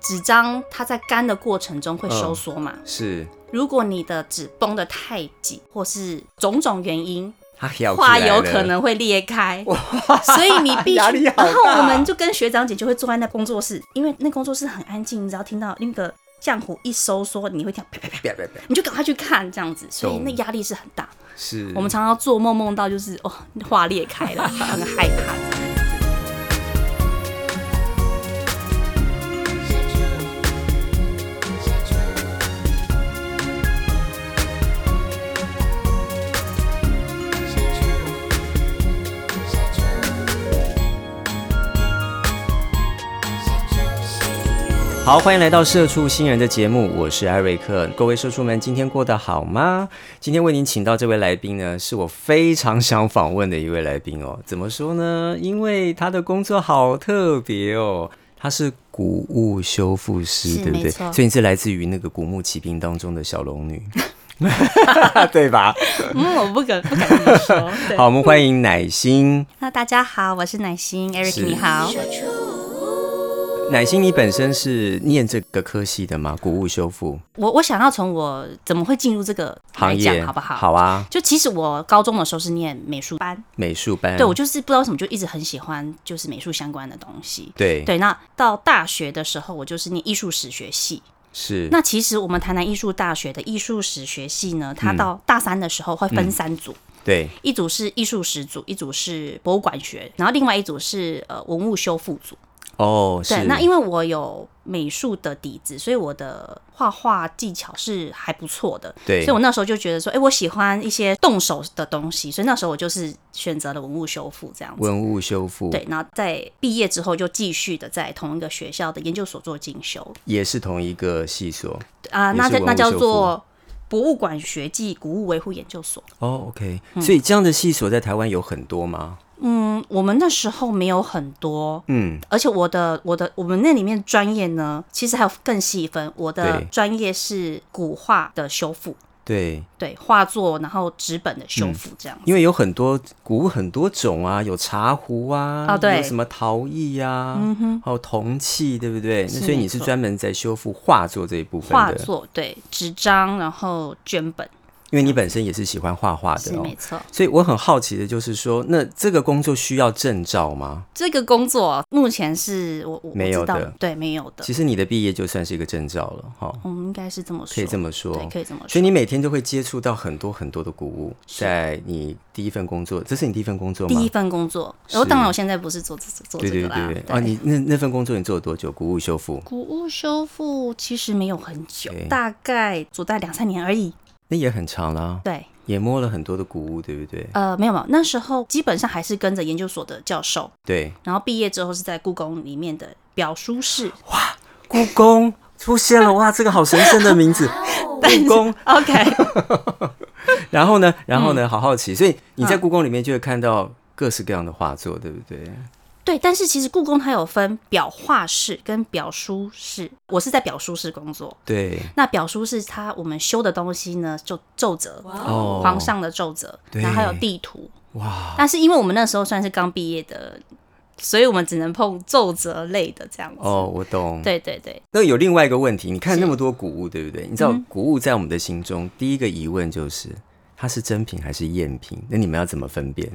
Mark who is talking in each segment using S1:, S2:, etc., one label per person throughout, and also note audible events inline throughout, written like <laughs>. S1: 纸张它在干的过程中会收缩嘛，
S2: 是
S1: 如果你的纸绷得太紧，或是种种原因，
S2: 它咬起
S1: 画
S2: 来
S1: 有
S2: 了
S1: 可
S2: <laughs>
S1: 能会裂开，所以你必
S2: 压
S1: 须
S2: 力。好
S1: 然后
S2: 大
S1: 我们就跟学长姐就会坐在那工作室，因为那工作室很安静，你只要听到那个浆糊一收缩，你会跳，啪啪啪，
S2: 啪啪啪
S1: 你就赶快去看这样子，所以
S2: 懂嗯
S1: 那压力是很大。
S2: 是
S1: 我们常常做梦梦到就是哦，画裂开
S2: <laughs>
S1: 了，很害怕。
S2: 好，欢迎来到社畜新人的节目，我是艾瑞克。各位社畜们，今天过得好吗？今天为您请到这位来宾呢，是我非常想访问的一位来宾哦。怎么说呢？因为他的工作好特别哦，他是古物修复师，
S1: 是
S2: 对不对？
S1: 没错
S2: 所以你是来自于那个《古墓奇兵》当中的小龙女， <laughs> 对吧？
S1: 嗯，我不敢不敢这么说。对
S2: 好，，我们欢迎乃馨。
S1: 那大家好，我是奶心
S2: 是
S1: ，Eric 你好。
S2: 乃馨，你本身是念这个科系的吗？古物修复
S1: 我我想要从我怎么会进入这个
S2: 行
S1: 来
S2: 业，
S1: 讲好不好？
S2: 好嗯啊，
S1: 就其实我高中的时候是念美术班，
S2: 美术班。
S1: 对我就是不知道为什么就一直很喜欢就是美术相关的东西。
S2: 对
S1: 对，那到大学的时候，我就是念艺术史学系。
S2: 是
S1: 那其实我们台南艺术大学的艺术史学系呢，
S2: 嗯
S1: 它到大三的时候会分三组，
S2: 对
S1: 一组是艺术史组，一组是博物馆学，然后另外一组是呃文物修复组。
S2: 哦，是
S1: 对，那因为我有美术的底子，所以我的画画技巧是还不错的。
S2: 对
S1: 所以我那时候就觉得说，哎、我喜欢一些动手的东西，所以那时候我就是选择了文物修复这样子。
S2: 文物修复，
S1: 对，然后在毕业之后就继续的在同一个学校的研究所做进修
S2: 也是同一个系所。
S1: 啊、
S2: 也
S1: 那叫
S2: 是文物
S1: 那叫
S2: 修
S1: 做博物馆学技古物维护研究所。
S2: 哦，OK，、所以这样的系所在台湾有很多吗？
S1: 嗯，我们那时候没有很多，
S2: 嗯，
S1: 而且我的我的我们那里面专业呢，其实还有更细分。我的
S2: 对
S1: 专业是古画的修复，
S2: 对，
S1: 对画作，然后纸本的
S2: 嗯
S1: 修复这样。
S2: 因为有很多古物很多种啊，有茶壶啊，
S1: 哦对嗯
S2: 有什么陶艺啊，还有铜器，对不对？那
S1: 是
S2: 所以
S1: 没
S2: 你是
S1: 错
S2: 专门在修复画作这一部分
S1: 画
S2: 的，
S1: 作对纸张，然后卷本
S2: 因为你本身也是喜欢画画
S1: 是
S2: 的哦
S1: 没。错。
S2: 所以我很好奇的就是说，那这个工作需要证照吗？
S1: 这个工作啊目前是我我我
S2: 没有
S1: 知道
S2: 的
S1: 对没有的，
S2: 其实你的毕业就算是一个证照了，哈、
S1: 嗯，应该是这么说，
S2: 可以这么说。
S1: 对，可以这么
S2: 所以
S1: 说。
S2: 你每天都会接触到很多很多的古物，
S1: 是
S2: 在你第一份工作，这是你第一份工作
S1: 第
S2: 吗
S1: 一？份工作，
S2: 是
S1: 然后当然我现在不是做这做
S2: 对
S1: 这
S2: 对
S1: 个啦
S2: 对，对，啊，你那那份工作你做了多久？古物修复，
S1: 古物修复其实没有很久
S2: OK，
S1: 大概做在两三年而已。
S2: 那也很长啦，
S1: 对，
S2: 也摸了很多的古物，对不对？
S1: 呃，没有没有，那时候基本上还是跟着研究所的教授，
S2: 对，
S1: 然后毕业之后是在故宫里面的表叔室。
S2: 故宫出现了，哇，这个好神圣的名
S1: <laughs>
S2: 字，故宫。
S1: OK，
S2: 然后呢，然后
S1: 嗯
S2: 呢，好好奇，所以你在故宫里面就会看到各式各样的画作，对不对？
S1: 对，但是其实故宫它有分表画室跟表书室，我是在表书室工作。
S2: 对，
S1: 那表书室它我们修的东西呢，就奏折，
S2: 哦
S1: 皇上的奏折，
S2: 对
S1: 然后还有地图。
S2: 哇，
S1: 但是因为我们那时候算是刚毕业的，所以我们只能碰奏折类的这样子。
S2: 哦，我懂。
S1: 对嗯对对，
S2: 那有另外一个问题，你看那么多古物，对不对？你知道古物在我们的心中，第一个疑问就是它是真品还是赝品？那你们要怎么
S1: <laughs>
S2: 分辨？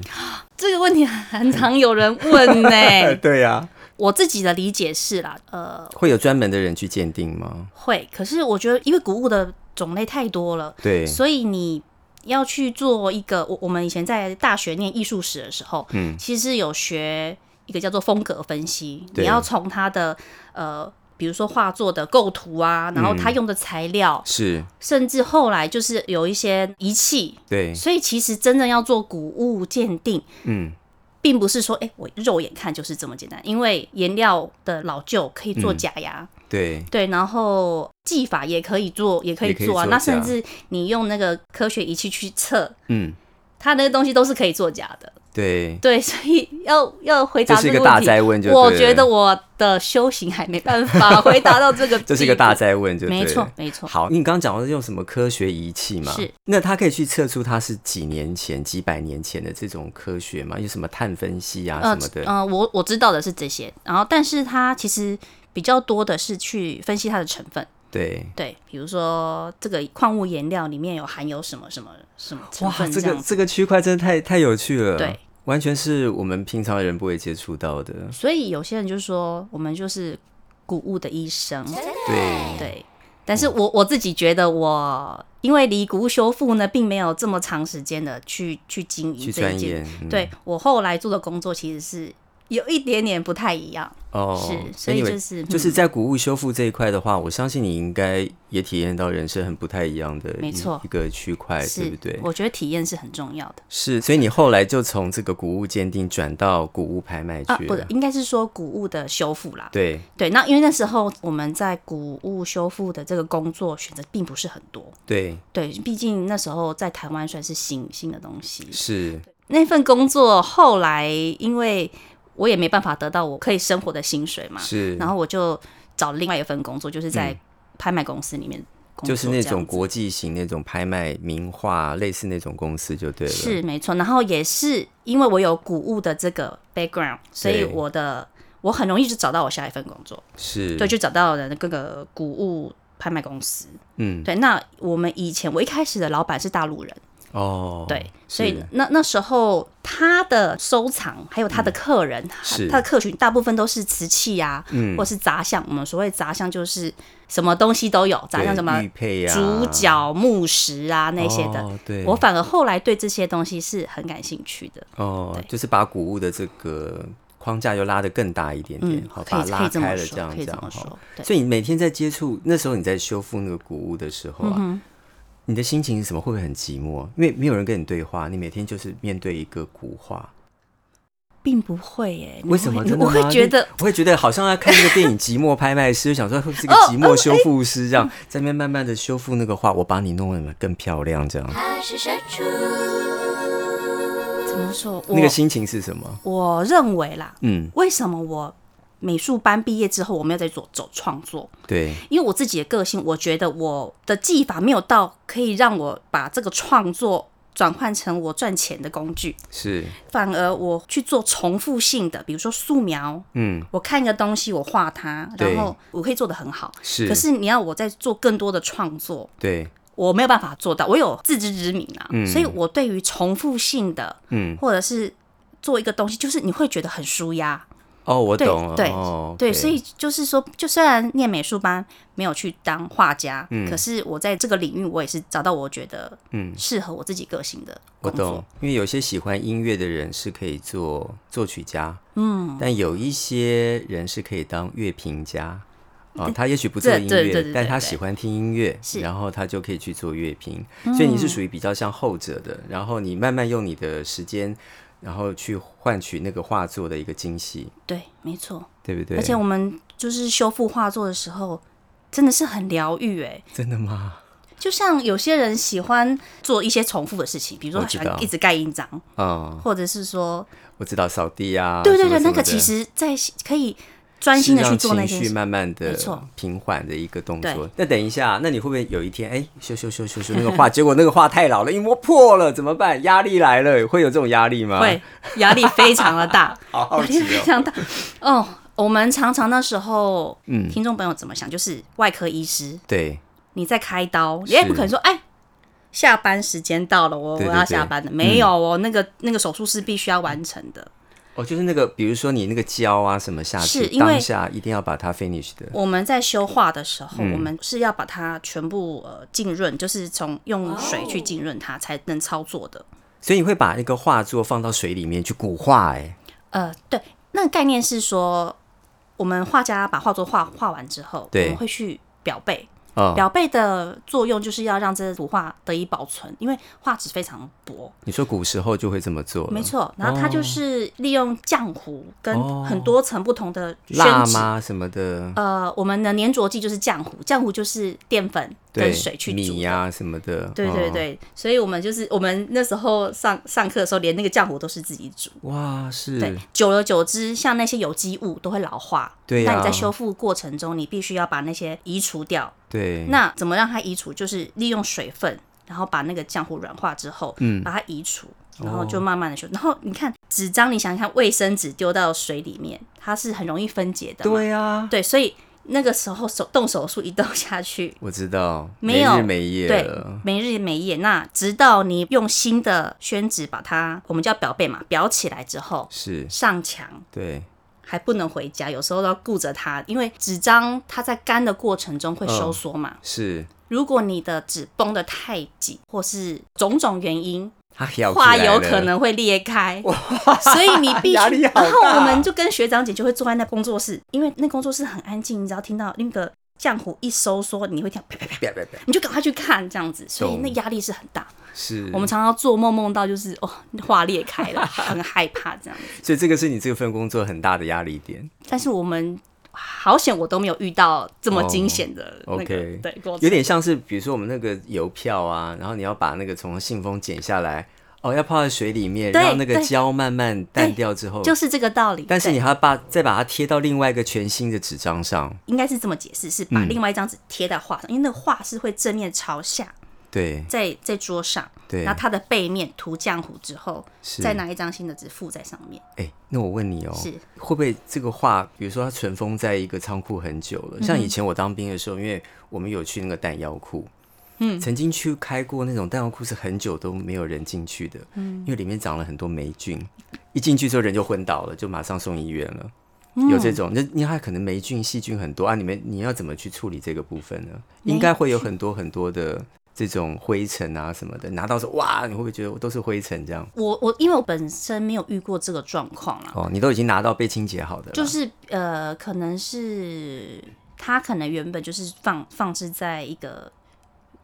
S1: 这个问题很常有人问呢、
S2: <laughs> 对呀、
S1: 我自己的理解是啦，呃，
S2: 会有专门的人去鉴定吗？
S1: 会。可是我觉得，因为古物的种类太多了，
S2: 对，
S1: 所以你要去做一个，我我们以前在大学念艺术史的时候，嗯，其实有学一个叫做风格分析，
S2: 对
S1: 你要从它的呃。比如说画作的构图
S2: 嗯
S1: 啊，然后它用的材料，
S2: 是，
S1: 甚至后来就是有一些仪器，
S2: 对，
S1: 所以其实真正要做古物鉴定，
S2: 嗯，
S1: 并不是说，哎、我肉眼看就是这么简单，因为颜料的老旧可以
S2: 嗯
S1: 做假牙，
S2: 对，
S1: 对，然后技法也可以做，也可以
S2: 也可以
S1: 做啊。
S2: 做
S1: 那
S2: 假
S1: 甚至你用那个科学仪器去测，
S2: 嗯，
S1: 它那个东西都是可以作假的。
S2: 对，
S1: 对， <laughs> 所以要要回答
S2: 这是一
S1: 个
S2: 个大
S1: 问题，
S2: 灾问就对了
S1: 我觉得我的修行还没办法回答到这
S2: <laughs>
S1: 个，
S2: 这是一个大，灾问就对
S1: 没
S2: 了啊
S1: 错，。没错。
S2: 好，你刚刚讲到是用什么科学仪器嘛？
S1: 是，
S2: 那它可以去测出它是几年前、几百年前的这种科学吗？有什么碳分析啊
S1: 呃
S2: 什么的？
S1: 呃，我我知道的是这些，然后但是它其实。比较多的是去分析它的成分。
S2: 对，
S1: 对，比如说这个矿物颜料里面有含有什么什么什么成
S2: 哇，
S1: 分
S2: 这
S1: 样
S2: 个
S1: 子，
S2: 这个区块真的太太有趣了，
S1: 对，
S2: 完全是我们平常人不会接触到的，
S1: 所以有些人就说我们就是谷物的医生，
S2: 对，
S1: 对。但是我我自己觉得我因为离谷物修复呢，并没有这么长时间的去去经
S2: 去
S1: 营这一
S2: 钻
S1: 件。
S2: 研，嗯
S1: 对我后来做的工作其实是有一点点不太一样，
S2: 哦，
S1: 是，所以
S2: anyway，
S1: 就是
S2: 就
S1: 嗯
S2: 是在谷物修复这一块的话，我相信你应该也体验到人生很不太一样的一，
S1: 没错
S2: 一个区块，
S1: 是
S2: 对不对？
S1: 我觉得体验是很重要的
S2: 是，所以你后来就从这个谷物鉴定转到谷物拍卖
S1: 啊，
S2: 去
S1: 不
S2: 了，
S1: 是，应该是说谷物的修复啦。
S2: 对
S1: 对，那因为那时候我们在谷物修复的这个工作选择并不是很多，
S2: 对
S1: 对，毕竟那时候在台湾算是新新的东西。
S2: 是，
S1: 那份工作后来因为我也没办法得到我可以生活的薪水嘛，
S2: 是嗯
S1: 然后我就找另外一份工作，就是在拍卖公司里面工作，
S2: 就是那
S1: 这样
S2: 种
S1: 子
S2: 国际型那种拍卖名画类似那种公司就对了，
S1: 是没错。然后也是因为我有谷物的这个 background，所以
S2: 对
S1: 我的我很容易就找到我下一份工作，
S2: 是，
S1: 对，就找到了各个谷物拍卖公司。
S2: 嗯
S1: 对，那我们以前我一开始的老板是大陆人，
S2: 哦，
S1: 对，所以
S2: 是
S1: 那那时候他的收藏还有他的客人，他
S2: 嗯是嗯
S1: 他的客群大部分都是瓷器啊，或是杂项。我们所谓杂项就是什么东西都有，杂
S2: 对
S1: 项什么
S2: 玉佩啊，
S1: 主角、木石啊那些的。
S2: 哦、对，
S1: 我反而后来对这些东西是很感兴趣的，
S2: 哦，就是把谷物的这个框架又拉得更大一点点，
S1: 嗯，
S2: 好，
S1: 可
S2: 把
S1: 以
S2: 它
S1: 可以
S2: 拉
S1: 这
S2: 开
S1: 么
S2: 了，这
S1: 说，
S2: 样
S1: 可以这
S2: 样哦
S1: 么
S2: 哈。
S1: 说，对。
S2: 所以你每天在接触那时候你在修复那个谷物的时候啊，
S1: 嗯
S2: 你的心情是什么？会不会很寂寞？因为没有人跟你对话，你每天就是面对一个古画。
S1: 并不会耶，你
S2: 为什
S1: 会
S2: 么？
S1: 你
S2: 真的
S1: 我会
S2: 吗
S1: 觉得
S2: 你，我会觉得好像在看那个电影《寂寞拍卖师》，想说会不会是
S1: 哦
S2: 个寂寞修复师这样，在那边慢慢的修复那个画，我把你弄得更漂亮这样。
S3: 它是深处，
S1: 怎么说？我
S2: 那个心情是什么？
S1: 我认为啦，
S2: 嗯，
S1: 为什么我美术班毕业之后我没有在走走创作？
S2: 对，
S1: 因为我自己的个性，我觉得我的技法没有到可以让我把这个创作转换成我赚钱的工具，
S2: 是，
S1: 反而我去做重复性的，比如说素描，
S2: 嗯，
S1: 我看一个东西我画它，
S2: 对
S1: 然后我可以做得很好。
S2: 是，
S1: 可是你要我再做更多的创作，
S2: 对，
S1: 我没有办法做到，我有自知之明啊，所以我对于重复性的，
S2: 嗯，
S1: 或者是做一个东西，就是你会觉得很舒压，
S2: 哦，我
S1: 对
S2: 懂了，
S1: 对
S2: 哦
S1: 对，
S2: ，OK
S1: 所以就是说，就虽然念美术班没有去当画家，
S2: 嗯
S1: 可是我在这个领域，我也是找到我觉得嗯适合我自己个性的
S2: 我
S1: 工
S2: 懂
S1: 作。，
S2: 因为有些喜欢音乐的人是可以做作曲家，嗯，但有一些人是可以当乐评家。哦，他也许不做
S1: 对
S2: 音
S1: 对对
S2: 乐
S1: 对，
S2: 但
S1: 对
S2: 他
S1: 对
S2: 喜欢听音乐，
S1: 是嗯
S2: 然后他就可以去做乐评。所以你是属于比较像后者的，然后你慢慢用你的时间，然后去换取那个画作的一个惊喜，
S1: 对，没错。
S2: 对不对？
S1: 而且我们就是修复画作的时候，真的是很疗愈哎。
S2: 真的吗？
S1: 就像有些人喜欢做一些重复的事情，比如说
S2: 我
S1: 他
S2: 知
S1: 喜
S2: 道
S1: 欢一直盖印章，
S2: 哦，
S1: 或者是说，
S2: 我知道扫地啊，
S1: 对对
S2: 什么
S1: 对，
S2: 什
S1: 那
S2: 么
S1: 个
S2: 的
S1: 其实在可以专心的
S2: 是
S1: 去
S2: 让
S1: 做那
S2: 情
S1: 件
S2: 绪
S1: 事。
S2: 慢慢的
S1: 没错
S2: 平缓的一个动作
S1: 对。
S2: 那等一下，那你会不会有一天，哎、修修修修修那个画，结果那个画太老了，一摸破了，怎么办？压力来了，会有这种压力吗？
S1: 会，压力非常的大，
S2: 好好
S1: 压
S2: 奇
S1: 力
S2: 哦
S1: 非常大。哦，我们常常那时候，嗯，听众朋友怎么想？就是外科医师
S2: 对，
S1: 你在开刀，也不可能说，哎，下班时间到了，我
S2: 对对
S1: 我要
S2: 对嗯
S1: 下班了，没有哦，那个那个手术是必须要完成的。
S2: 哦，就是那个，比如说你那个胶啊什么下
S1: 是
S2: 去，
S1: 因为
S2: 当下一定要把它 finish 的。
S1: 我们在修画的时
S2: 嗯
S1: 候，我们是要把它全部呃浸润，就是从用水去浸润它才能操作的。
S2: 所以你会把那个画作放到水里面去古画、哎，
S1: 呃，对，那个概念是说，我们画家把画作画画完之后，我
S2: 对
S1: 们会去裱背。
S2: 哦，
S1: 裱背的作用就是要让这幅画得以保存，因为画质非常薄，
S2: 你说古时候就会这么做了，
S1: 没，错。然后它
S2: 哦
S1: 就是利用浆糊跟很多层不同的宣
S2: 蜡
S1: 纸。
S2: 吗什么的，
S1: 呃，我们的粘着剂就是浆糊，浆糊就是淀粉
S2: 对，
S1: 跟水去煮
S2: 米
S1: 的。
S2: 呀、什么的，
S1: 对对
S2: 哦
S1: 对，所以我们就是我们那时候上上课的时候，连那个浆糊都是自己煮。
S2: 哦哇，是，
S1: 对，久而久之，像那些有机物都会老化。
S2: 对呀
S1: 那你在修复过程中，你必须要把那些移除掉。
S2: 对
S1: 那怎么让它移除？就是利用水分，然后把那个浆糊软化之后，嗯，把它移除，然后就慢慢的修。然后你看纸张，你想想看，卫生纸丢到水里面，它是很容以分解的嘛。
S2: 对啊，
S1: 对，所以那个时候手动手术一动下去，
S2: 我知道，
S1: 没有
S2: 没日没夜
S1: 对
S2: 了，，
S1: 没日没夜。那直到你用新的宣纸把它，我们叫裱背嘛，裱起来之后
S2: 是，
S1: 上墙，
S2: 对，
S1: 还不能回家，有时候都要顾着它，因为纸张它在干的过程中会
S2: 嗯
S1: 收缩嘛。
S2: 是，
S1: 如果你的纸绷得太紧，或是种种原因，
S2: 他咬起
S1: 画
S2: 来
S1: 有
S2: 了
S1: 可能会裂开，所以你必
S2: <laughs> 压力
S1: 须。
S2: 好大
S1: 然后我们就跟学长姐就会坐在那工作室，因为那工作室很安静，你只要听到那个浆糊一收缩，你会听到啪啪啪，
S2: <laughs> 啪啪啪
S1: 你就赶快去看这样子，所以
S2: 懂
S1: 那压力是很大。
S2: 是，
S1: 我们常常做梦梦到就是哦，画裂开了，很害怕这样子。
S2: 所以这个是你这份工作很大的压力点，
S1: 但是我们好险，我都没有遇到这么惊险的那
S2: 哦
S1: 个、
S2: ，OK
S1: 对过
S2: 有
S1: 程。
S2: 点像是比如说我们那个邮票啊，然后你要把那个从信封剪下来，哦，要泡在水里面，
S1: 对
S2: 让那个
S1: 对
S2: 胶慢慢淡掉之后，
S1: <laughs> 就是这个道理，
S2: 但是
S1: 对
S2: 你还要把再把它贴到另外一个全新的纸张上，
S1: 应该是这么解释，是
S2: 嗯
S1: 把另外一张纸贴在画上，因为那个画是会正面朝下，
S2: 对
S1: 在在桌上，
S2: 对
S1: 然后，它的背面涂浆糊之后，
S2: 是
S1: 再拿一张新的纸附在上面，
S2: 哎、那我问你哦、
S1: 是
S2: 会不会这个画，比如说它尘封在一个仓库很久了？像以前我当兵的时候，因为我们有去那个弹药库，嗯，曾经去开过那种弹药库，是很久都没有人进去的，嗯，因为里面长了很多霉菌，一进去之后人就昏倒了，就马上送医院了。有这种，那你看可能霉菌、细菌很多啊，你们你要怎么去处理这个部分呢？
S1: 霉
S2: 应该会有很多很多的这种灰尘啊什么的，拿到时候哇，你会不会觉得都是灰尘这样？
S1: 我我因为我本身没有遇过这个状况啦，
S2: 哦，你啊都已经拿到被清洁好的了，
S1: 就是呃，可能是它可能原本就是放放置在一个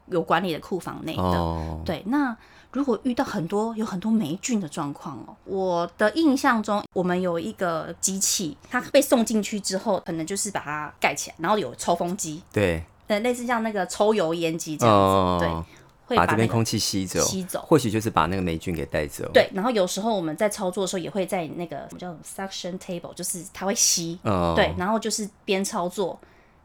S1: 有管理的库房内的，
S2: 哦，
S1: 对，那如果遇到很多有很多霉菌的状况哦，我的印象中，我们有一个机器，它被送进去之后，可能就是把它盖起来，然后有抽风机，
S2: 对，
S1: 呃，类似像那个抽油烟机这样子，
S2: 哦，
S1: 会
S2: 把
S1: 把
S2: 这
S1: 那
S2: 边
S1: 个。
S2: 空气吸走，
S1: 吸走
S2: 或许就是把那个霉菌给带走。，
S1: 对，然后有时候我们在操作的时候，也会在那个什么叫什么 suction table，就是它会吸，
S2: 哦，
S1: 对，，然后就是边操作，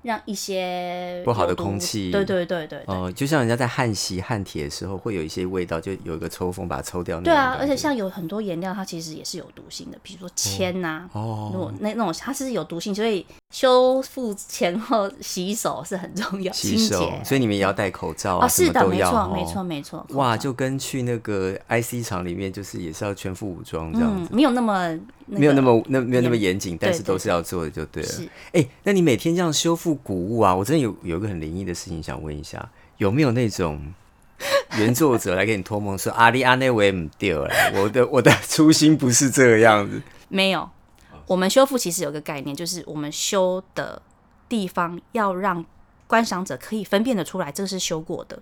S1: 让一些
S2: 不好的
S1: 有毒
S2: 空气
S1: 对对对对对，
S2: 哦，就像人家在焊锡、焊铁的时候，会有一些味道，就有一个抽风把它抽掉那种
S1: 对
S2: 感觉。
S1: 啊，而且像有很多颜料，它其实也是有毒性的，比如说铅呐、那
S2: 哦，
S1: 种那那种它是有毒性，所以修复前后洗手是很重要，
S2: 洗
S1: 清
S2: 手，
S1: 洁。啊
S2: 所以你们也要戴口罩啊，
S1: 哦，
S2: 什
S1: 是
S2: 么
S1: 的，
S2: 都
S1: 没
S2: 要
S1: 错，
S2: 哦
S1: 没错，没错。嗯
S2: 哇，就跟去那个 IC 厂里面，就是也是要全副武装这样
S1: 嗯
S2: 子，，
S1: 没有那么、那个、
S2: 没有那么那没有那么
S1: 严
S2: 严谨，但
S1: 对
S2: 是
S1: 对
S2: 都是要做的就对了。
S1: 是
S2: 哎、那你每天这样修复古物啊，我真的有有一个很灵异的事情想问一下，有没有那种 <laughs> 原作者来给你托梦说阿里阿内维唔掉了，我的我的初心不是这个样子，
S1: 没有。
S2: 啊
S1: 我们修复其实有个概念，就是我们修的地方要让观赏者可以分辨得出来，这是修过的。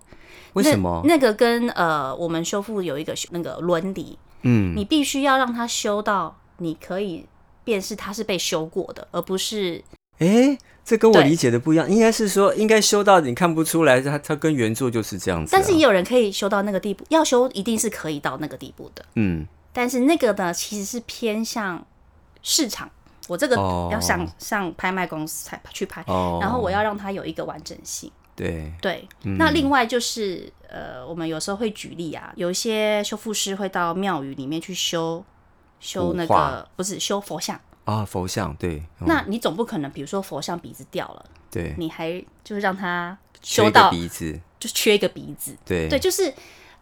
S2: 为什么？
S1: 那那个跟呃，我们修复有一个修那个伦理，
S2: 嗯，
S1: 你必须要让它修到你可以辨识它是被修过的，而不是
S2: 哎、这跟我
S1: 对
S2: 理解的不一样，应该是说应该修到你看不出来，它它跟原作就是这样子、啊。
S1: 但是也有人可以修到那个地步，要修一定是可以到那个地步的。
S2: 嗯，
S1: 但是那个呢，其实是偏向市场，我这个
S2: 哦
S1: 要上、上拍卖公司才去拍，
S2: 哦，
S1: 然后我要让它有一个完整性。
S2: 对
S1: 对，
S2: 嗯
S1: 那另外就是呃，我们有时候会举例啊，有一些修复师会到庙宇里面去修修那
S2: 古画
S1: 个不是修佛像，
S2: 啊，佛像对、哦
S1: 那你总不可能比如说佛像鼻子掉了，
S2: 对，
S1: 你还就是让它
S2: 缺
S1: 修
S2: 一个
S1: 到
S2: 鼻子，
S1: 就缺一个鼻子，
S2: 对
S1: 对，就是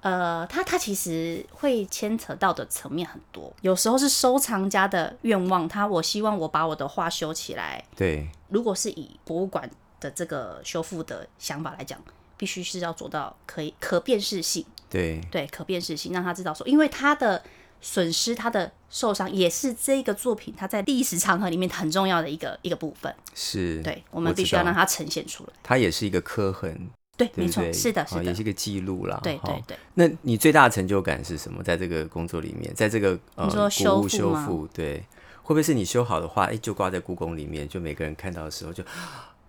S1: 呃，它它其实会牵扯到的层面很多，有时候是收藏家的愿望，他我希望我把我的画修起来。
S2: 对
S1: 如果是以博物馆的这个修复的想法来讲，必须是要做到可以可辨识性，
S2: 对
S1: 对，可辨识性，让他知道说，因为他的。损失他的受伤也是这个作品它在历史长河里面很重要的一个一个部分，
S2: 是，
S1: 对我们
S2: 知
S1: 必须要
S2: 道
S1: 让它呈现出来。
S2: 它也是一个刻痕。
S1: 对，
S2: 对
S1: 没
S2: 不
S1: 错
S2: 对，
S1: 是的，
S2: 哦
S1: 是
S2: 也
S1: 的，
S2: 是一个记录啦。
S1: 对对
S2: 哦
S1: 对。
S2: 那你最大的成就感是什么？在这个工作里面，在这个呃
S1: 你说
S2: 古
S1: 修
S2: 物修
S1: 复吗
S2: 复，对，会不会是你修好的画，哎、就挂在故宫里面，就每个人看到的时候就，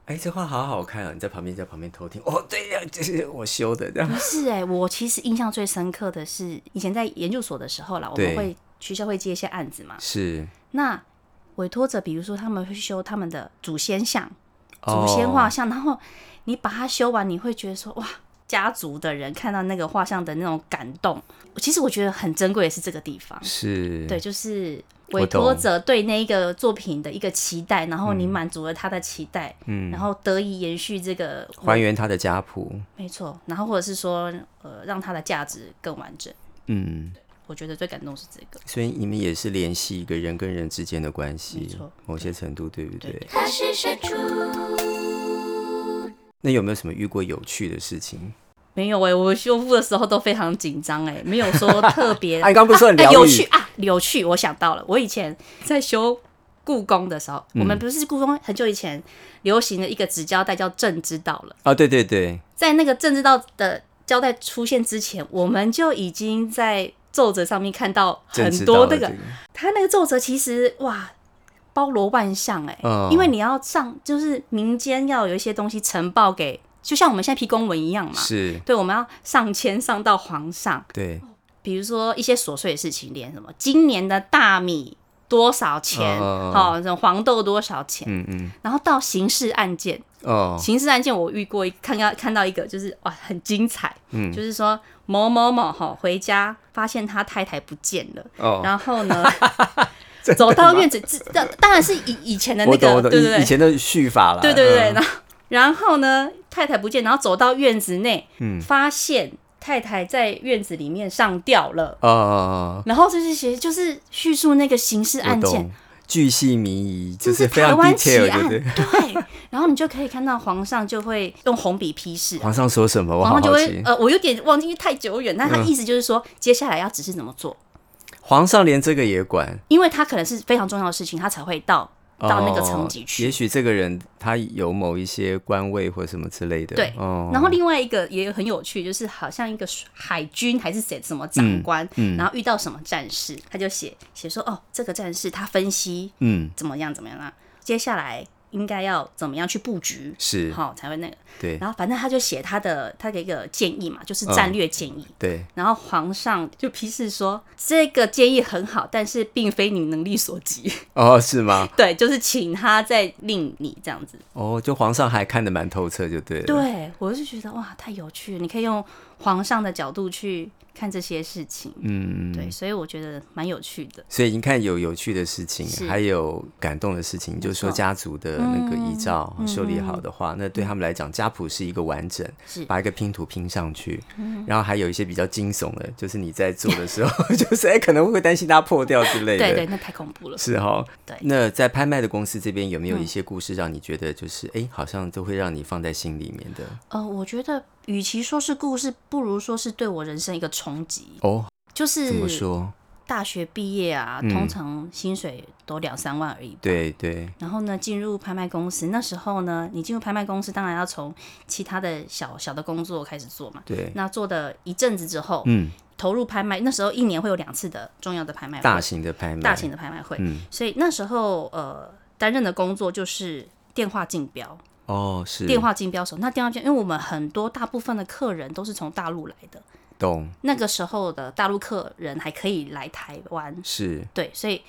S2: 哎、这画好好看啊！你在旁边在旁边偷听，
S1: <laughs>
S2: 哦，对呀、这是我修的，这样
S1: 不是哎、我其实印象最深刻的是以前在研究所的时候啦，我
S2: 对
S1: 们会学校会接一些案子嘛，
S2: 是
S1: 那委托者比如说他们会修他们的祖先像、祖先画 <laughs>
S2: 哦
S1: 像，然后你把它修完，你会觉得说哇，家族的人看到那个画像的那种感动，其实我觉得很珍贵，也是这个地方。
S2: 是，
S1: 对，就是
S2: 我
S1: 委托
S2: 懂
S1: 者对那一个作品的一个期待，然后你满足了他的期待，嗯，然后得以延续这个
S2: 还原他的家谱。
S1: 没错，然后或者是说，呃，让它的价值更完整。
S2: 嗯，
S1: 我觉得最感动是这个，
S2: 所以你们也是联系一个人跟人之间的关
S1: 没
S2: 系
S1: 错，
S2: 某些程度，对不对？
S1: 对
S3: 他是谁主？
S2: 那有没有什么遇过有趣的事情？
S1: 没有哎、我修复的时候都非常紧张哎，没有说特别。
S2: <laughs> 啊，你刚刚不是说很
S1: 哎
S2: 疗
S1: 有
S2: 愈
S1: 趣啊，有趣！我想到了，我以前在修故宫的时候，
S2: 嗯
S1: 我们不是故宫很久以前流行的一个纸胶带叫正之道了，
S2: 啊？对对对，
S1: 在那个正之道的胶带出现之前，我们就已经在奏折上面看到
S2: 真
S1: 很
S2: 知
S1: 多
S2: 道了
S1: 那个
S2: 这个
S1: 他那个奏折其实哇，包罗万象哎、
S2: 嗯
S1: 因为你要上就是民间要有一些东西呈报给，就像我们现在批公文一样嘛。
S2: 是，
S1: 对，我们要上签上到皇上，
S2: 对，
S1: 比如说一些琐碎的事情，连什么今年的大米多少钱，
S2: 哦
S1: 好、这种黄豆多少钱，
S2: 嗯嗯，
S1: 然后到刑事案件，
S2: 哦，
S1: 刑事案件我遇过一看到看到一个就是哇很精彩，
S2: 嗯
S1: 就是说某某某哈回家发现他太太不见了，
S2: 哦，
S1: 然后
S2: <laughs>
S1: 呢，走到院子，这这当然是以以前的那
S2: 我懂我
S1: 个，
S2: 懂，
S1: 对对
S2: 以以
S1: 对，
S2: 前的续法了，
S1: 对对对，
S2: 嗯
S1: 然后然后呢，太太不见，然后走到院子内，
S2: 嗯
S1: 发现太太在院子里面上吊了，
S2: 哦哦，哦
S1: 然后这些其实就是叙述那个刑事
S2: 我
S1: 案件
S2: 懂，，巨细靡遗，
S1: 这
S2: 就是非
S1: 台
S2: 常
S1: 湾奇
S2: detail，
S1: 案，
S2: 对不对？
S1: 对，然后你就可以看到皇上就会用红笔批
S2: <laughs>
S1: 示。
S2: 皇上说什么？我
S1: 皇
S2: 好
S1: 上就
S2: 好
S1: 会
S2: 奇。嗯
S1: 呃，我有点忘记，因为太久远。但他意思就是说，接下来要指示怎么做，
S2: 皇上连这个也管，
S1: 因为他可能是非常重要的事情，他才会到到那个层级
S2: 哦
S1: 去。
S2: 也许这个人他有某一些官位或什么之类的。
S1: 对
S2: 哦
S1: 然后另外一个也很有趣，就是好像一个海军还是谁什么长官，
S2: 嗯
S1: 然后遇到什么战士，他就写写说哦，这个战士他分析
S2: 嗯，
S1: 怎么样怎么样啊，接下来应该要怎么样去布局，
S2: 是
S1: 好、才会那个。
S2: 对
S1: 然后反正他就写他的他的一个建议嘛，就是战略建议。
S2: 对，
S1: 然后皇上就批示说，这个建议很好，但是并非你能力所及。 <laughs>
S2: 哦，是吗？
S1: 对，就是请他再令你这样子。
S2: 哦，就皇上还看得蛮透彻，就对了。，
S1: 对，我是觉得哇，太有趣了！你可以用皇上的角度去看这些事情，
S2: 嗯，
S1: 对，所以我觉得蛮有趣的。
S2: 所以你看有有趣的事情，
S1: 是
S2: 还有感动的事情，就是说家族的那个遗照
S1: 嗯
S2: 修理好的话，那对他们来讲，家谱是一个完整，
S1: 是嗯
S2: 把一个拼图拼上去。然后还有一些比较惊悚的，就是你在做的时候， <laughs> 就是哎、可能会担心它破掉之类的。
S1: 对对，那太恐怖了。
S2: 是哈，
S1: 对嗯
S2: 那在拍卖的公司这边有没有一些故事让你觉得就是哎、诶好像都会让你放在心里面的？
S1: 呃，我觉得与其说是故事，不如说是对我人生一个冲击。
S2: 哦，
S1: 就
S2: 怎么
S1: 是
S2: 说？
S1: 大学毕业啊，
S2: 嗯
S1: 通常薪水都两三万而已。。
S2: 对对，
S1: 然后呢，进入拍卖公司，那时候呢，你进入拍卖公司，当然要从其他的小小的工作开始做嘛。
S2: 对
S1: 那做的一阵子之后，
S2: 嗯，
S1: 投入拍卖，那时候一年会有两次的重要的拍卖会
S2: 大型的拍卖，
S1: 大型的拍卖会，
S2: 嗯
S1: 所以那时候呃担任的工作就是电话竞标，
S2: 哦，是
S1: 电话竞标手。那电话竞，因为我们很多大部分的客人都是从大陆来的，
S2: 懂
S1: 那个时候的大陆客人还可以来台湾，
S2: 是，
S1: 对，所以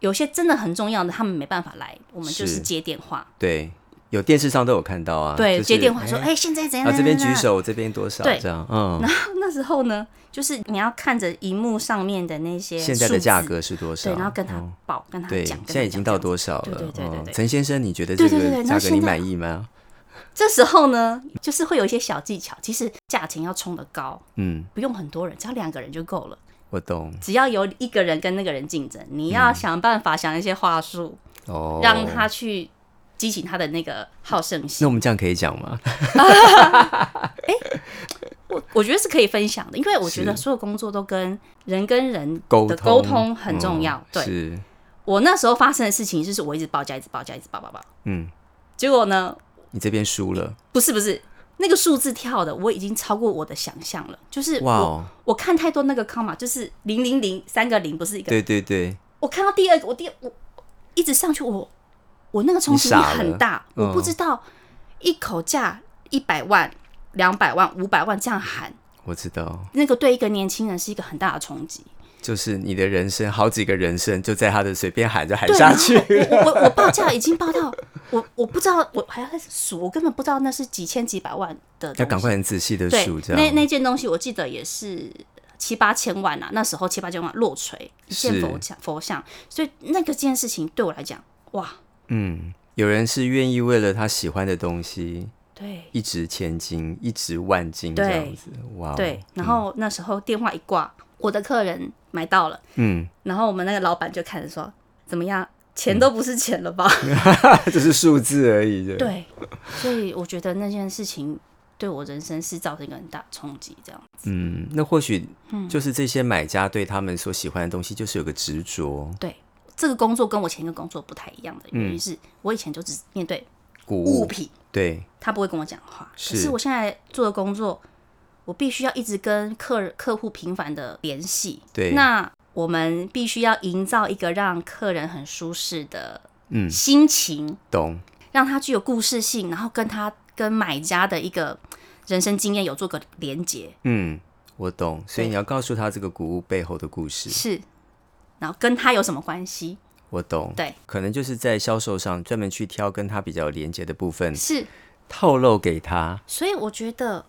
S1: 有些真的很重要的，他们没办法来，我们就是是接电话，
S2: 对，有电视上都有看到啊，
S1: 对，
S2: 就是
S1: 接电话说，
S2: 诶
S1: 哎、现在怎样？
S2: 啊这边
S1: 怎样
S2: 举。手，这边多少
S1: 对
S2: 这样，嗯，
S1: 怎样那时候呢，就是你要看着荧幕上面的那些
S2: 现在的
S1: 数字
S2: 价，格是多少？
S1: 对，然后跟他
S2: 嗯
S1: 报，跟他
S2: 对，
S1: 讲，跟
S2: 现
S1: 他
S2: 在已
S1: 讲
S2: 经
S1: 这
S2: 到
S1: 样子
S2: 多少了？
S1: 对对对对
S2: 嗯
S1: 对
S2: 陈先生，你觉得这
S1: 对对对对
S2: 个
S1: 然
S2: 价
S1: 后
S2: 格
S1: 现
S2: 你
S1: 在
S2: 满意吗？
S1: 这时候呢，就是会有一些小技巧。其实价钱要冲得高，
S2: 嗯，
S1: 不用很多人，只要两个人就够了。
S2: 我懂
S1: 只要有一个人跟那个人竞争，你要想办法想一些话术，
S2: 哦，
S1: 让他去激起他的那个好胜心
S2: 那。我们这样可以讲吗？ <laughs>
S1: 我我觉得是可以分享的，因为我觉得
S2: 是
S1: 所有工作都跟人跟人
S2: 沟
S1: 的
S2: 通
S1: 沟通很重
S2: 嗯
S1: 要。对
S2: 是，
S1: 我那时候发生的事情，就是我一直报价，一直报价，一直报报报。
S2: 嗯，
S1: 结果呢，
S2: 你这边输了，
S1: 不是不是。那个数字跳的，我已经超过我的想象了。就是我
S2: 哇哦，
S1: 我看太多那个 comma，就是零零零三个零，不是一个
S2: 对对对，
S1: 我看到第二个，我第我我一直上去，我我那个冲击力
S2: 你傻了
S1: 很大，
S2: 嗯
S1: 我不知道一口价一百万、两百万、五百万这样喊，
S2: 我知道，
S1: 那个对一个年轻人是一个很大的冲击。
S2: 就是你的人生，好几个人生就在他的随便喊就喊
S1: 对， <laughs>
S2: 下去，
S1: 然后我我我我报价已经报到我我不知道，我还要再数，我根本不知道那是几千几百万的东西。
S2: 要赶快很仔细的
S1: 对
S2: 数，这，
S1: 那
S2: 样
S1: 那件东西我记得也是七八千万啊，那时候七八千万落锤一件
S2: 是
S1: 佛像佛像，所以那个件事情对我来讲，哇，
S2: 嗯，有人是愿意为了他喜欢的东西
S1: 对
S2: 一掷千金，一掷万金这
S1: 对
S2: 样子，哇，哦
S1: 对，然后那时候电话一挂，我的客人买到了，
S2: 嗯， <laughs>
S1: 然后我们那个老板就看着说，怎么样，钱都不是钱了吧？
S2: 这是数字而已的，，
S1: 对，所以我觉得那件事情对我人生是造成一个很大的冲击，这样。
S2: 嗯，那或许就是这些买家对他们所喜欢的东西，就是有个执着，
S1: 对，这个工作跟我前一个工作不太一样的
S2: 嗯
S1: 原因是，我以前就只面对
S2: 鼓
S1: 物
S2: 舞，
S1: 品，
S2: 对，
S1: 他不会跟我讲话。可
S2: 是
S1: 是我现在做的工作，我必须要一直跟客人客户频繁的联系。
S2: 对
S1: 那我们必须要营造一个让客人很舒适的
S2: 嗯
S1: 心情，
S2: 懂，
S1: 让他具有故事性，然后跟他跟买家的一个人生经验有做个连接，
S2: 嗯，我懂，所以你要告诉他这个鼓舞背后的故事，
S1: 是，然后跟他有什么关系？
S2: 我懂，
S1: 对，
S2: 可能就是在销售上专门去挑跟他比较有连接的部分，
S1: 是，
S2: 透露给他，
S1: 所以我觉得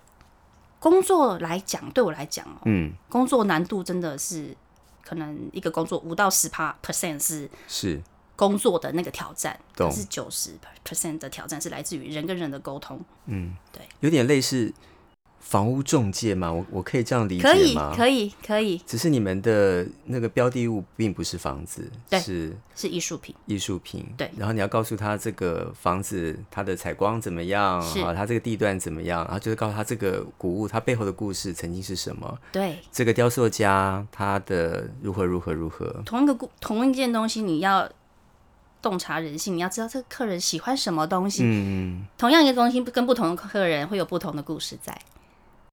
S1: 工作来讲，对我来讲哦，
S2: 嗯，
S1: 工作难度真的是可能一个工作五到十 percent 是
S2: 是
S1: 工作的那个挑战，
S2: 懂
S1: 可是九十 percent 的挑战是来自于人跟人的沟通，
S2: 有点类似房屋中介吗？我我可以这样理
S1: 可以
S2: 解吗？，
S1: 可以，可以
S2: 只是你们的那个标的物并不是房子，
S1: 对
S2: 是
S1: 是艺术品，
S2: 艺术品。
S1: 对
S2: 然后你要告诉他这个房子它的采光怎么样，
S1: 是
S2: 啊，它这个地段怎么样，然后就是告诉他这个古物它背后的故事曾经是什么，
S1: 对。
S2: 这个雕塑家他的如何如何如何，
S1: 同一个故同一件东西，你要洞察人性，你要知道这个客人喜欢什么东西。
S2: 嗯，
S1: 同样一个东西，跟不同的客人会有不同的故事在。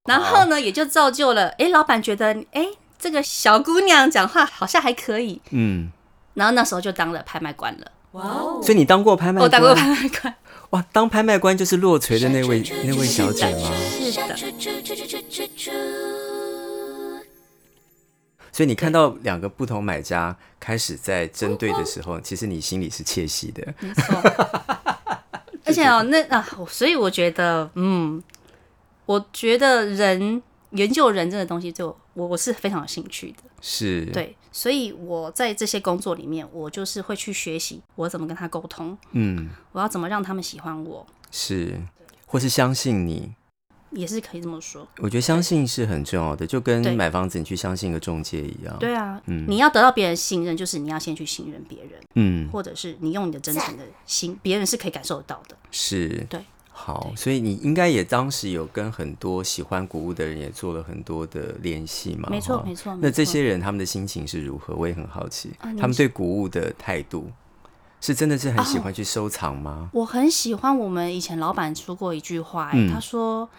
S1: 然后呢，也就造就了，哎，老板觉得，哎，这个小姑娘讲话好像还可以。
S2: 嗯，
S1: 然后那时候就当了拍卖官了，哦
S2: 所以你当过拍卖官？
S1: 我当过拍卖官，
S2: 哇，当拍卖官就是落锤的那位那位小姐吗？
S1: 是的，
S2: 所以你看到两个不同买家开始在针对的时候，其实你心里是窃喜的。
S1: 没错。而且哦，那啊，所以我觉得，嗯，我觉得人研究人这个东西对我，我我是非常有兴趣的。
S2: 是，，
S1: 对，所以我在这些工作里面，我就是会去学习我怎么跟他沟通，
S2: 嗯，
S1: 我要怎么让他们喜欢我，
S2: 是，或是相信你。
S1: 也是可以这么说。
S2: 我觉得相信是很重要的，就
S1: 对
S2: 跟买房子你去相信一个中介一样。，
S1: 对啊，
S2: 嗯
S1: 你要得到别人信任，就是你要先去信任别人，
S2: 嗯，
S1: 或者是你用你的真诚的心，别人是可以感受得到的。
S2: 是，
S1: 对，
S2: 好，所以你应该也当时有跟很多喜欢古物的人也做了很多的联系嘛？
S1: 没错，
S2: 哈
S1: 没错。
S2: 哦那
S1: 没
S2: 这
S1: 错
S2: 些人他们的心情是如何？我也很好奇，
S1: 啊你
S2: 他们对古物的态度是真的是很喜
S1: 啊
S2: 欢去收藏吗？
S1: 我很喜欢我们以前老板说过一句话、欸
S2: 嗯
S1: 他说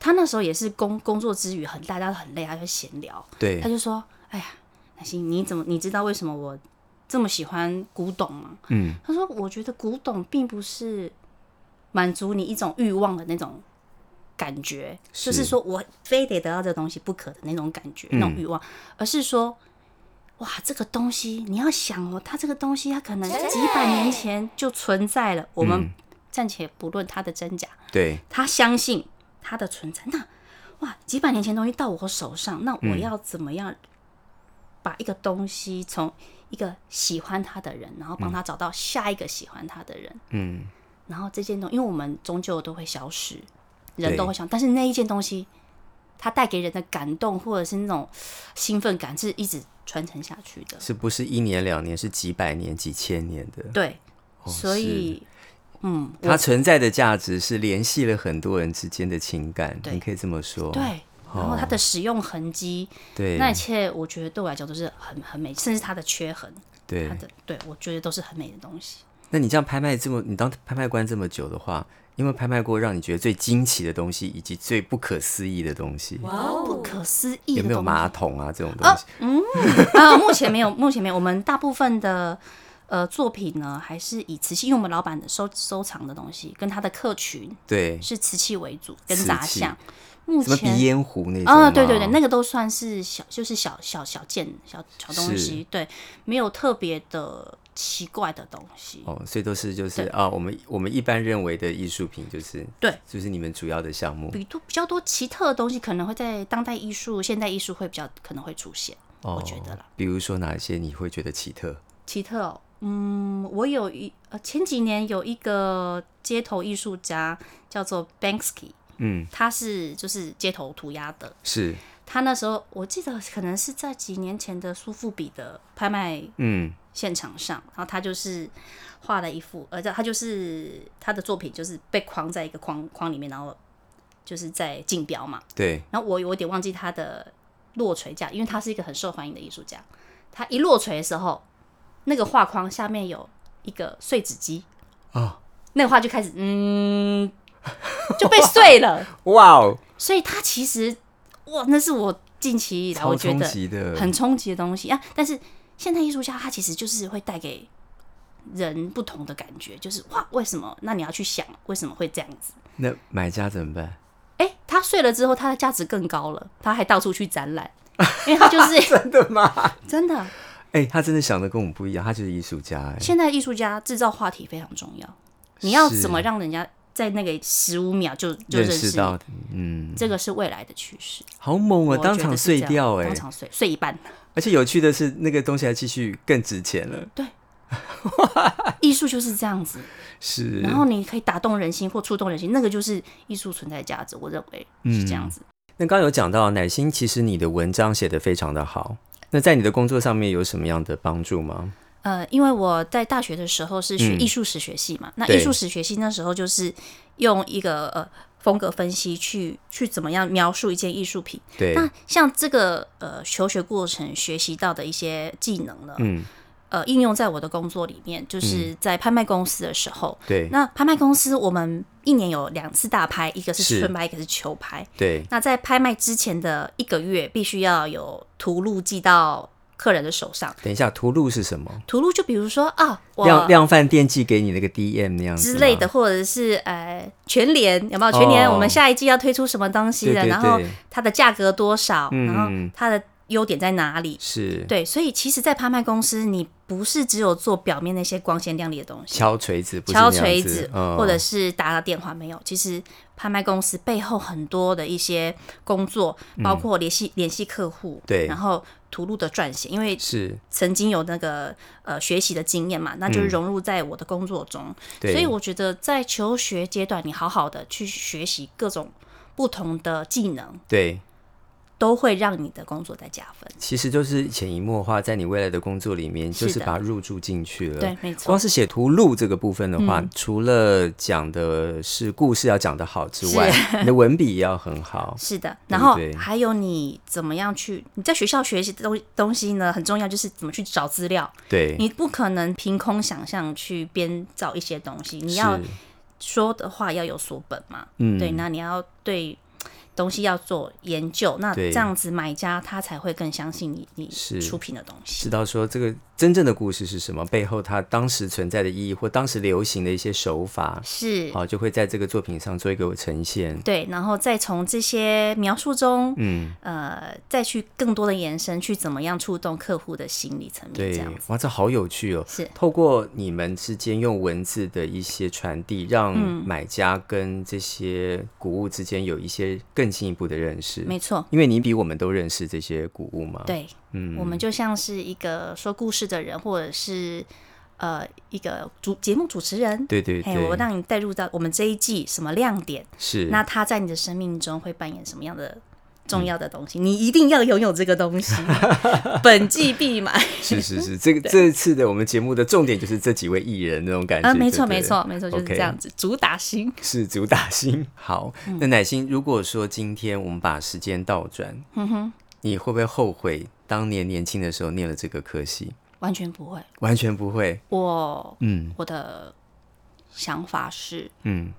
S1: 他那时候也是工工作之余很大家都很累，他就闲聊，
S2: 对
S1: 他，就说：“哎呀，南希，你怎么你知道为什么我这么喜欢古董吗？”
S2: 嗯，
S1: 他说：“我觉得古董并不是满足你一种欲望的那种感觉，就是
S2: 是
S1: 说我非得得到这个东西不可的那种感觉、那
S2: 嗯
S1: 种欲望，而是说，哇，这个东西你要想哦，它这个东西它可能几百年前就存在了，我
S2: 嗯
S1: 们暂且不论它的真假，
S2: 对，
S1: 他相信它的存在。那哇，几百年前的东西到我手上，那
S2: 嗯
S1: 我要怎么样把一个东西从一个喜欢他的人，然后帮他找到下一个喜欢他的人，
S2: 嗯，
S1: 然后这件东因为我们终究都会消失，人
S2: 对
S1: 都会消，但是那一件东西，它带给人的感动或者是那种兴奋感，是一直传承下去的。
S2: 是不是一年两年，是几百年、几千年的？
S1: 对，
S2: 哦
S1: 所以，嗯，
S2: 它存在的价值是联系了很多人之间的情感，
S1: 对
S2: 你可以这么说。
S1: 对，然后它
S2: 哦
S1: 的使用痕迹，
S2: 对
S1: 那一切我觉得对我来讲都是很很美，甚至它的缺痕，它
S2: 对。
S1: 的对我觉得都是很美的东西。
S2: 那你这样拍卖这么，你当拍卖官这么久的话，有没有拍卖过让你觉得最惊奇的东西，以及最不可思议的东西？
S1: 不可思议的
S2: 有没有
S1: 东 <laughs> 西
S2: 马桶啊这种东西？
S1: 啊，目前没有，目前没有。我们大部分的呃作品呢，还是以瓷器，因为我们老板的收收藏的东西跟他的客群
S2: 对，
S1: 是瓷器为主，跟
S2: 瓷
S1: 杂
S2: 器
S1: 项。目
S2: 什么鼻
S1: 前
S2: 烟壶那种
S1: 啊、
S2: 吗
S1: 对对对，那个都算是小，就是小小小件小小东
S2: 是
S1: 西，对，没有特别的奇怪的东西。
S2: 哦，所以都是就是
S1: 对
S2: 啊，我们我们一般认为的艺术品就是
S1: 对，
S2: 就是你们主要的项目
S1: 比多比较多奇特的东西，可能会在当代艺术、现代艺术会比较可能会出现，
S2: 哦。
S1: 我觉得啦。
S2: 比如说哪一些你会觉得奇特？
S1: 奇特、哦，嗯，我有一呃前几年有一个街头艺术家叫做 Banksy，
S2: 嗯，
S1: 他是就是街头涂鸦的，
S2: 是，
S1: 他那时候我记得可能是在几年前的苏富比的拍卖
S2: 嗯，
S1: 现场上，然后他就是画了一幅，呃，他就是他的作品就是被框在一个框框里面，然后就是在竞标嘛。
S2: 对，
S1: 然后我有点忘记他的落锤价，因为他是一个很受欢迎的艺术家。他一落锤的时候，那个画框下面有一个碎纸机，
S2: 哦，
S1: 那个画就开始嗯就被碎了。
S2: 哇哦，
S1: 所以他其实哇，那是我近期以来
S2: 超
S1: 我觉
S2: 冲
S1: 得
S2: 击的，
S1: 很冲击的东西啊。但是现代艺术家他其实就是会带给人不同的感觉，就是哇，为什么？那你要去想为什么会这样子。
S2: 那买家怎么办？
S1: 哎、他睡了之后，他的价值更高了，他还到处去展览，因为他就是
S2: <laughs> 真的吗？
S1: <laughs> 真的，
S2: 哎、他真的想的跟我们不一样，他就是艺术家、哎，
S1: 现在艺术家制造话题非常重要，你要
S2: 是
S1: 怎么让人家在那个十五秒就就
S2: 认
S1: 认识你？
S2: 识到，嗯，
S1: 这个是未来的趋势，
S2: 好猛哦、
S1: 我
S2: 当
S1: 觉
S2: 场
S1: 得是
S2: 碎
S1: 这样
S2: 掉、哎
S1: 当，场碎碎一半。
S2: 而且有趣的是，那个东西还继续更值钱了， <laughs>
S1: 艺术就是这样子，
S2: 是，
S1: 然后你可以打动人心或触动人心，那个就是艺术存在价值，我认为
S2: 嗯
S1: 是这样子。
S2: 那刚刚有讲到奶心，其实你的文章写得非常的好。那在你的工作上面有什么样的帮助吗？
S1: 呃，因为我在大学的时候是学
S2: 嗯
S1: 艺术史学系嘛，那
S2: 对
S1: 艺术史学系那时候就是用一个呃风格分析去去怎么样描述一件艺术品。
S2: 对，
S1: 那像这个呃求学过程学习到的一些技能呢，
S2: 嗯，
S1: 呃，应用在我的工作里面，就是在拍卖公司的时候。
S2: 对，
S1: 那拍卖公司我们一年有两次大拍，一个
S2: 是
S1: 是春拍，一个是秋拍。
S2: 对，
S1: 那在拍卖之前的一个月，必须要有图录寄到客人的手上。
S2: 等一下，图录是什么？
S1: 图录就比如说啊，我
S2: 量量贩店寄给你那个 DM 那样子
S1: 之
S2: 吗
S1: 类的，，或者是呃全联有没有？全联
S2: 哦
S1: 我们下一季要推出什么东西
S2: 对
S1: 的？
S2: 对
S1: 然后
S2: 对，
S1: 它的价格多少？
S2: 嗯
S1: 然后它的优点在哪里？
S2: 是
S1: 对，所以其实，在拍卖公司，你不是只有做表面那些光鲜亮丽的东西，
S2: 敲锤子，不是
S1: 敲
S2: 那样
S1: 锤
S2: 子
S1: 子，
S2: 嗯
S1: 或者是打打电话没有。其实拍卖公司背后很多的一些工作，包括联系联系客户，
S2: 嗯对
S1: 然后图录的撰写，因为
S2: 是，
S1: 曾经有那个呃学习的经验嘛，那
S2: 嗯
S1: 就是融入在我的工作中。
S2: 对，
S1: 所以我觉得在求学阶段，你好好的去学习各种不同的技能，
S2: 对，
S1: 都会让你的工作再加分。
S2: 其实就是潜移默化在你未来的工作里面，就是是
S1: 的
S2: 把它入住进去了。
S1: 对，没错嗯
S2: 光。是写图录这个部分的话，除了讲的是故事要讲得好之
S1: <laughs>
S2: 外，你的文笔也要很好。
S1: 是的，
S2: 对
S1: 然后
S2: 对
S1: 还有你怎么样去你在学校学习的东东西呢？很重要，就是怎么去找资料。
S2: 对，
S1: 你不可能凭空想象去编造一些东西，你
S2: 是
S1: 要说的话要有所本嘛。
S2: 嗯
S1: 对，那你要对东西要做研究，那
S2: 对
S1: 这样子买家他才会更相信你你
S2: 是
S1: 出品的东西。
S2: 知道说这个真正的故事是什么，背后它当时存在的意义或当时流行的一些手法，
S1: 是，
S2: 好、就会在这个作品上做一个呈现。
S1: 对，然后再从这些描述中，
S2: 嗯，
S1: 呃，再去更多的延伸，去怎么样触动客户的心理层面，这
S2: 对
S1: 样子，
S2: 哇，这好有趣哦！
S1: 是
S2: 透过你们之间用文字的一些传递，让
S1: 嗯
S2: 买家跟这些古物之间有一些更进一步的认识。
S1: 没错。
S2: 因为你比我们都认识这些古物嘛。，
S1: 对，
S2: 嗯
S1: 我们就像是一个说故事的人，或者是呃一个主节目主持人。
S2: 对对
S1: 嘿
S2: 对
S1: 我让你带入到我们这一季什么亮点，
S2: 是。嗯
S1: 那他在你的生命中会扮演什么样的重要的东西？你一定要拥有这个东
S2: <laughs>
S1: 西，本季必买。<laughs>
S2: 是是是，这个这次的我们节目的重点就是这几位艺人那种感觉。
S1: 啊，没错没
S2: 对不对，
S1: 错没错，就是
S2: OK
S1: 这样嗯子，主打型。
S2: 是主打星。好，那乃心，如果说今天我们把时间倒转，嗯哼，你会不会后悔当年年轻的时候念了这个科系？
S1: 完全不会。
S2: 完全不会。
S1: 我
S2: 嗯
S1: 我的想法是，
S2: 嗯，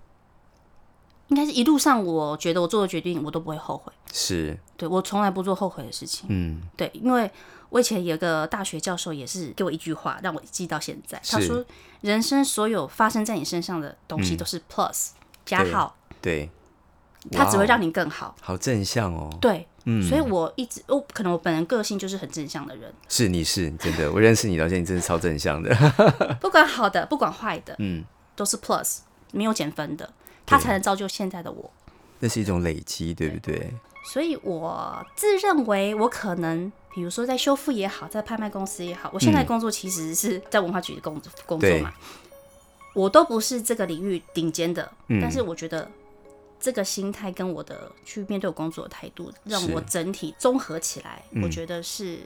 S1: 应该是一路上我觉得我做的决定，我都不会后悔。
S2: 是
S1: 对我从来不做后悔的事情。
S2: 嗯
S1: 对，因为我以前有个大学教授也是给我一句话，让我记到现在。他
S2: 是
S1: 说，人生所有发生在你身上的东西都是 plus、加
S2: 嗯对
S1: 号，
S2: 对
S1: 它只会
S2: 哇哦
S1: 让你更好。
S2: 好正向哦。
S1: 对，所以我一直我可能我本人个性就是很正向的
S2: <laughs>
S1: 人，
S2: 是你是真的，我认识你到现在，你真的超正向的。 <laughs>
S1: 不管好的不管坏的，嗯，都是 plus，没有减分的，它才能造就现在的我。
S2: 那是一种累积，对不对？
S1: 所以我自认为我可能，比如说在修复也好，在拍卖公司也好，我现在工作其实是在文化局的工作工作
S2: 嗯对
S1: 嘛，我都不是这个领域顶尖的，
S2: 嗯
S1: 但是我觉得。这个心态跟我的去面对我工作的态度，让
S2: 是嗯
S1: 我整体综合起来，我觉得是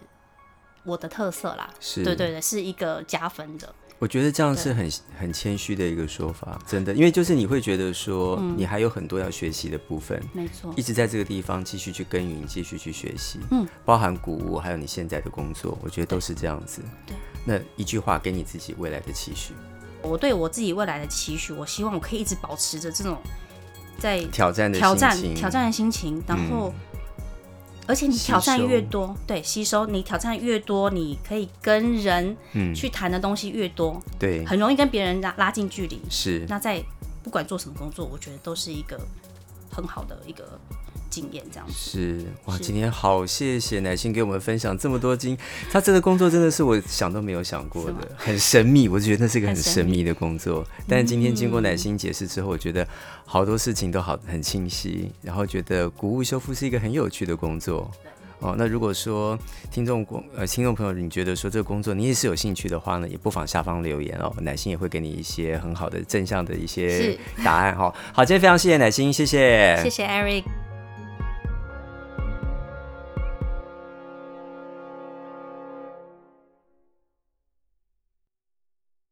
S1: 我的特色啦。
S2: 是
S1: 对对对，是一个加分的。
S2: 我觉得这样是很很谦虚的一个说法，真的，因为就是你会觉得说，
S1: 嗯
S2: 你还有很多要学习的部分，
S1: 没错
S2: 一，直在这个地方继续去耕耘，继续去学习，嗯，包含鼓舞，还有你现在的工作，我觉得都是这样子。
S1: 对，
S2: 那一句话给你自己未来的期许，
S1: 我对我自己未来的期许，我希望我可以一直保持着这种在
S2: 挑战的
S1: 挑战
S2: 心情嗯
S1: 挑战的心情，然后、而且你
S2: 吸
S1: 挑战越
S2: 收
S1: 多，对，吸收你挑战越多，你可以跟人去谈的东西越多，
S2: 嗯对，
S1: 很容易跟别人拉拉近距离。
S2: 是
S1: 那在不管做什么工作，我觉得都是一个很好的一个经验，这样子。
S2: 是哇，今天好谢谢乃馨给我们分享这么多经，他这个工作真的是我想都没有想过的，很神秘，我就觉得那是一个很
S1: 很神
S2: 神秘嗯的工作。但今天经过乃馨解释之后，我觉得好多事情都好很清晰，然后觉得谷物修复是一个很有趣的工作。哦，那如果说听众工呃听众朋友，你觉得说这个工作你也是有兴趣的话呢，也不妨下方留言哦，乃馨也会给你一些很好的正向的一些
S1: 是
S2: 答案哈、哦。好，今天非常谢谢乃馨，谢谢，
S1: 谢谢 Eric。